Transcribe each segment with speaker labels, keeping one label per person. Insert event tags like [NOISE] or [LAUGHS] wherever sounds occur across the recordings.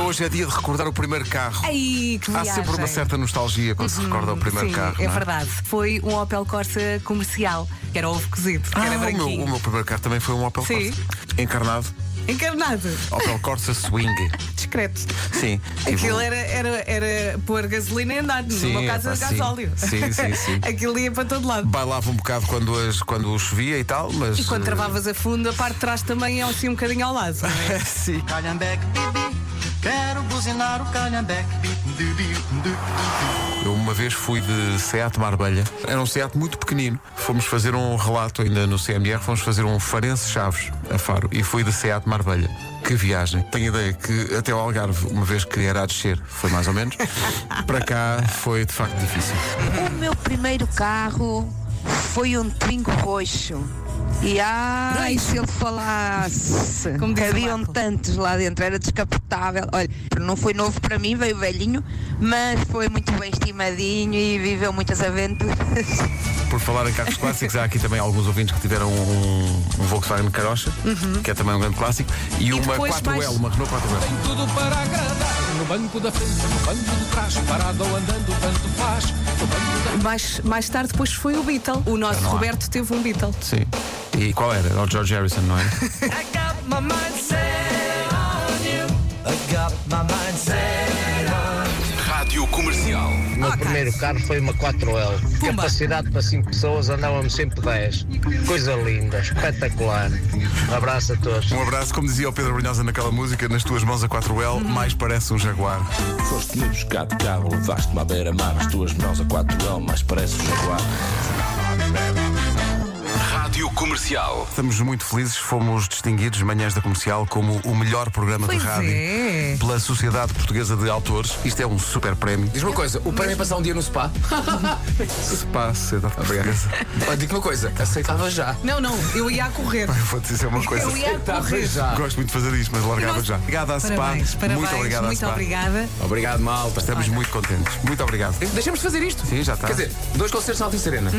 Speaker 1: hoje é dia de recordar o primeiro carro.
Speaker 2: Ai, que
Speaker 1: Há sempre uma
Speaker 2: viagem. Uhum.
Speaker 1: certa nostalgia quando se recorda o primeiro
Speaker 2: Sim,
Speaker 1: carro.
Speaker 2: é
Speaker 1: não Ah,
Speaker 2: verdade. Foi um Opel Corsa comercial, que era ovo cozido, que
Speaker 1: Ah,
Speaker 2: era
Speaker 1: o, meu,
Speaker 2: é branquinho.
Speaker 1: o meu primeiro carro também foi um Opel
Speaker 2: Sim.
Speaker 1: Corsa. Encarnado,
Speaker 2: Encarnado,
Speaker 1: Opel Corsa
Speaker 2: [LAUGHS]
Speaker 1: Swing.
Speaker 2: discreto.
Speaker 1: Sim. tive
Speaker 2: Aquilo
Speaker 1: um-
Speaker 2: era, era, era pôr gasolina e andar,
Speaker 1: Sim,
Speaker 2: numa casa
Speaker 1: epá,
Speaker 2: de
Speaker 1: sim.
Speaker 2: gasóleo.
Speaker 1: Sim, sim, sim.
Speaker 2: [LAUGHS] Aquilo ia para todo lado.
Speaker 1: Bailava um bocado quando, as, quando chovia e tal, mas.
Speaker 2: E quando
Speaker 1: eh,
Speaker 2: travavas a fundo, a parte de trás também é assim um bocadinho ao lado. não é?
Speaker 1: Sim.
Speaker 3: Calhambeque, bibi, quero buzinar o calhambeque, bibi, bibi, bibi.
Speaker 1: Eu uma vez fui de Seat Marbelha, era um Seat muito pequenino. Fomos fazer um relato ainda no CMR, fomos fazer um Farense Chaves a Faro e fui de Seat Marbelha. Que viagem! Tenho ideia que até ao Algarve, uma vez que era a descer, foi mais ou menos, para cá foi de facto difícil.
Speaker 4: O meu primeiro carro foi um Twingo roxo. E ai, se ele falasse,
Speaker 2: Como diz o
Speaker 4: haviam
Speaker 2: Marco.
Speaker 4: tantos lá dentro, era descapotável. Olha, não foi novo para mim, veio velhinho, mas foi muito bem estimadinho e viveu muitas aventuras. [LAUGHS]
Speaker 1: Por falar em carros clássicos, há aqui também alguns ouvintes que tiveram um, um Volkswagen Carocha, que é também um grande clássico, e, uma
Speaker 2: depois
Speaker 1: 4L,
Speaker 2: mais-
Speaker 1: uma Renault 4L.
Speaker 5: Tudo para agradar. No banco da frente, no banco de trás, parado ou andando, tanto faz. No banco da
Speaker 2: é? Mais, mais tarde, depois foi o Beatle. O
Speaker 1: Então
Speaker 2: nosso Roberto teve um Beatle.
Speaker 1: Sim. E qual era? Era o George Harrison, não é? era?
Speaker 3: I got my mind set on you. I got my mind set on you.
Speaker 6: Rádio Comercial.
Speaker 7: O meu primeiro carro foi uma 4L.
Speaker 2: Pumba.
Speaker 7: Capacidade para 5 pessoas, andávamos sempre 10. Coisa linda, espetacular. Abraço a todos.
Speaker 1: Um abraço, como dizia o Pedro Brunhosa naquela música, nas tuas mãos a 4L,
Speaker 2: Uhum.
Speaker 1: mais parece um jaguar.
Speaker 8: Foste-me buscar de carro, levaste-me à beira-mar As tuas mãos a quatro L, mas parece um jaguar
Speaker 6: Rádio Comercial.
Speaker 1: Estamos muito felizes, fomos distinguidos manhãs da comercial como o melhor programa
Speaker 2: Pois
Speaker 1: de rádio
Speaker 2: é.
Speaker 1: pela Sociedade Portuguesa de Autores. Isto é um super prémio.
Speaker 9: Diz uma coisa, o prémio é passar um dia no spa?
Speaker 1: Spa, Sociedade Portuguesa. [LAUGHS]
Speaker 9: Olha, digo uma coisa, aceitava já.
Speaker 2: Não, não, eu ia a correr.
Speaker 1: Vou-te dizer uma coisa.
Speaker 2: Eu ia a correr.
Speaker 9: já.
Speaker 1: Gosto muito de fazer isto, mas largava
Speaker 2: é Nós-
Speaker 1: já. Obrigado à SPA.
Speaker 2: Parabéns, parabéns.
Speaker 1: muito obrigado à
Speaker 2: muito
Speaker 1: SPA.
Speaker 2: obrigada.
Speaker 9: Obrigado, malta.
Speaker 1: Estamos muito contentes. Muito obrigado.
Speaker 9: Eh, Deixamos de fazer isto.
Speaker 1: Sim, já está.
Speaker 9: Quer dizer, dois concertos na Alta e Serena.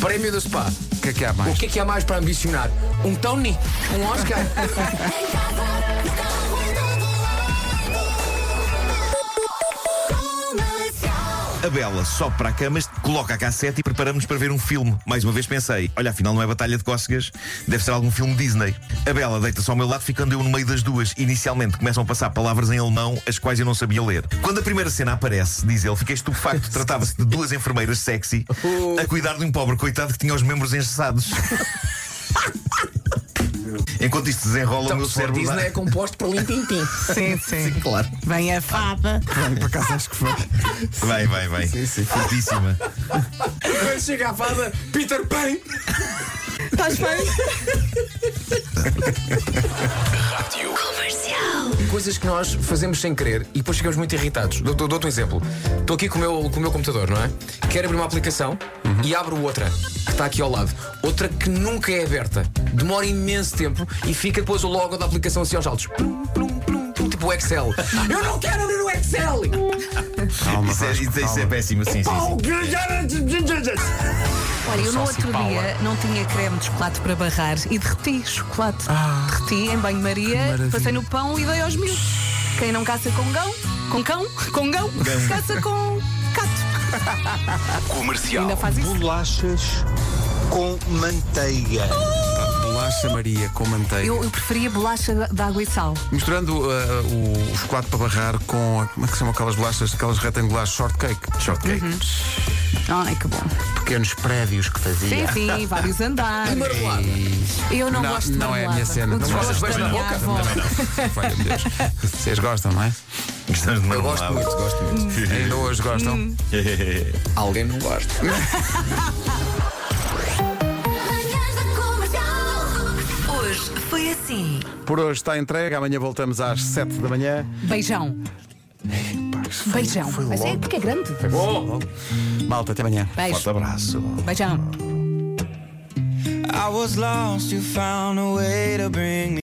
Speaker 9: Prémio do spa.
Speaker 1: O que é que há
Speaker 9: O
Speaker 1: mais?
Speaker 9: que é que há mais para ambicionar? Um Tony? Um [LAUGHS] Oscar?
Speaker 10: A Bela sobe para a cama, coloca a cassete e preparamos para ver um filme. Mais uma vez pensei, olha, afinal não é Batalha de Cócegas, deve ser algum filme Disney. A Bela deita-se ao meu lado, ficando eu no meio das duas. Inicialmente começam a passar palavras em alemão, as quais eu não sabia ler. Quando a primeira cena aparece, diz ele, fiquei estupefacto. Tratava-se de duas enfermeiras sexy a cuidar de um pobre coitado que tinha os membros engessados. Enquanto isto desenrola, o
Speaker 9: Então,
Speaker 10: meu
Speaker 9: se for
Speaker 10: cérebro. dá-
Speaker 9: Disney é composto por Limpintim.
Speaker 2: Sim, sim.
Speaker 10: Claro.
Speaker 2: Vem a fada.
Speaker 1: Por acaso acho que foi.
Speaker 10: Vai, vai, vai. Fortíssima.
Speaker 9: Quando chega à fada, Peter Pan.
Speaker 2: Estás bem?
Speaker 6: Rádio.
Speaker 9: Coisas que nós fazemos sem querer e depois ficamos muito irritados. Dou- dou- Dou-te um exemplo. Estou aqui com o, meu, com o meu computador, não é? Quero abrir uma aplicação e abro outra, que está aqui ao lado. Outra que nunca é aberta. Demora imenso tempo e fica depois o logo da aplicação assim aos altos. Plum, plum, plum, plum, tipo o Excel. Eu não quero abrir o Excel!
Speaker 1: Calma,
Speaker 10: Isso é,
Speaker 1: Vasco,
Speaker 10: isso é- isso é
Speaker 1: calma.
Speaker 10: péssimo, sim, sim. sim.
Speaker 2: Olha, eu no outro
Speaker 1: Salsipaula.
Speaker 2: dia não tinha creme de chocolate para barrar e derreti chocolate. derreti em banho-maria,
Speaker 1: Ah, maravilha.
Speaker 2: passei no pão e dei aos miúdos. Quem não caça com gão, com cão, com gão, caça com cato.
Speaker 1: [LAUGHS]
Speaker 6: Comercial.
Speaker 2: Ainda faz isso?
Speaker 3: Bolachas com manteiga.
Speaker 1: Bolacha Maria com manteiga.
Speaker 2: Eu, eu preferia bolacha de água e sal.
Speaker 1: Misturando uh, o, o chocolate para barrar com. a- Como é que se chamam aquelas bolachas? Aquelas retangulares shortcake. Shortcake.
Speaker 2: Uhum. Ai, que bom.
Speaker 1: Pequenos prédios que
Speaker 2: Sim,
Speaker 1: fazia.
Speaker 2: sim, vários andares.
Speaker 9: Marmelada.
Speaker 2: Eu não,
Speaker 1: Não,
Speaker 2: gosto de
Speaker 1: não é a
Speaker 2: marmelada.
Speaker 1: minha cena.
Speaker 2: O
Speaker 1: Não
Speaker 2: desgosto
Speaker 9: gostas de
Speaker 2: da minha
Speaker 9: marmelada?
Speaker 2: avó. [LAUGHS]
Speaker 1: Valha-me Deus. Vocês gostam, não é?
Speaker 10: Gostamos de
Speaker 9: Eu gosto muito, gosto muito.
Speaker 1: Ainda hoje
Speaker 2: Hum.
Speaker 1: gostam.
Speaker 9: Alguém não gosta.
Speaker 11: Hoje foi assim.
Speaker 1: Por hoje está entregue, amanhã voltamos às 7 da manhã.
Speaker 2: Beijão. Beijão. Mas é porque é grande.
Speaker 1: Malta, até amanhã.
Speaker 2: Beijo.
Speaker 10: abraço.
Speaker 2: Beijão.
Speaker 3: I was lost, you found a way to bring me.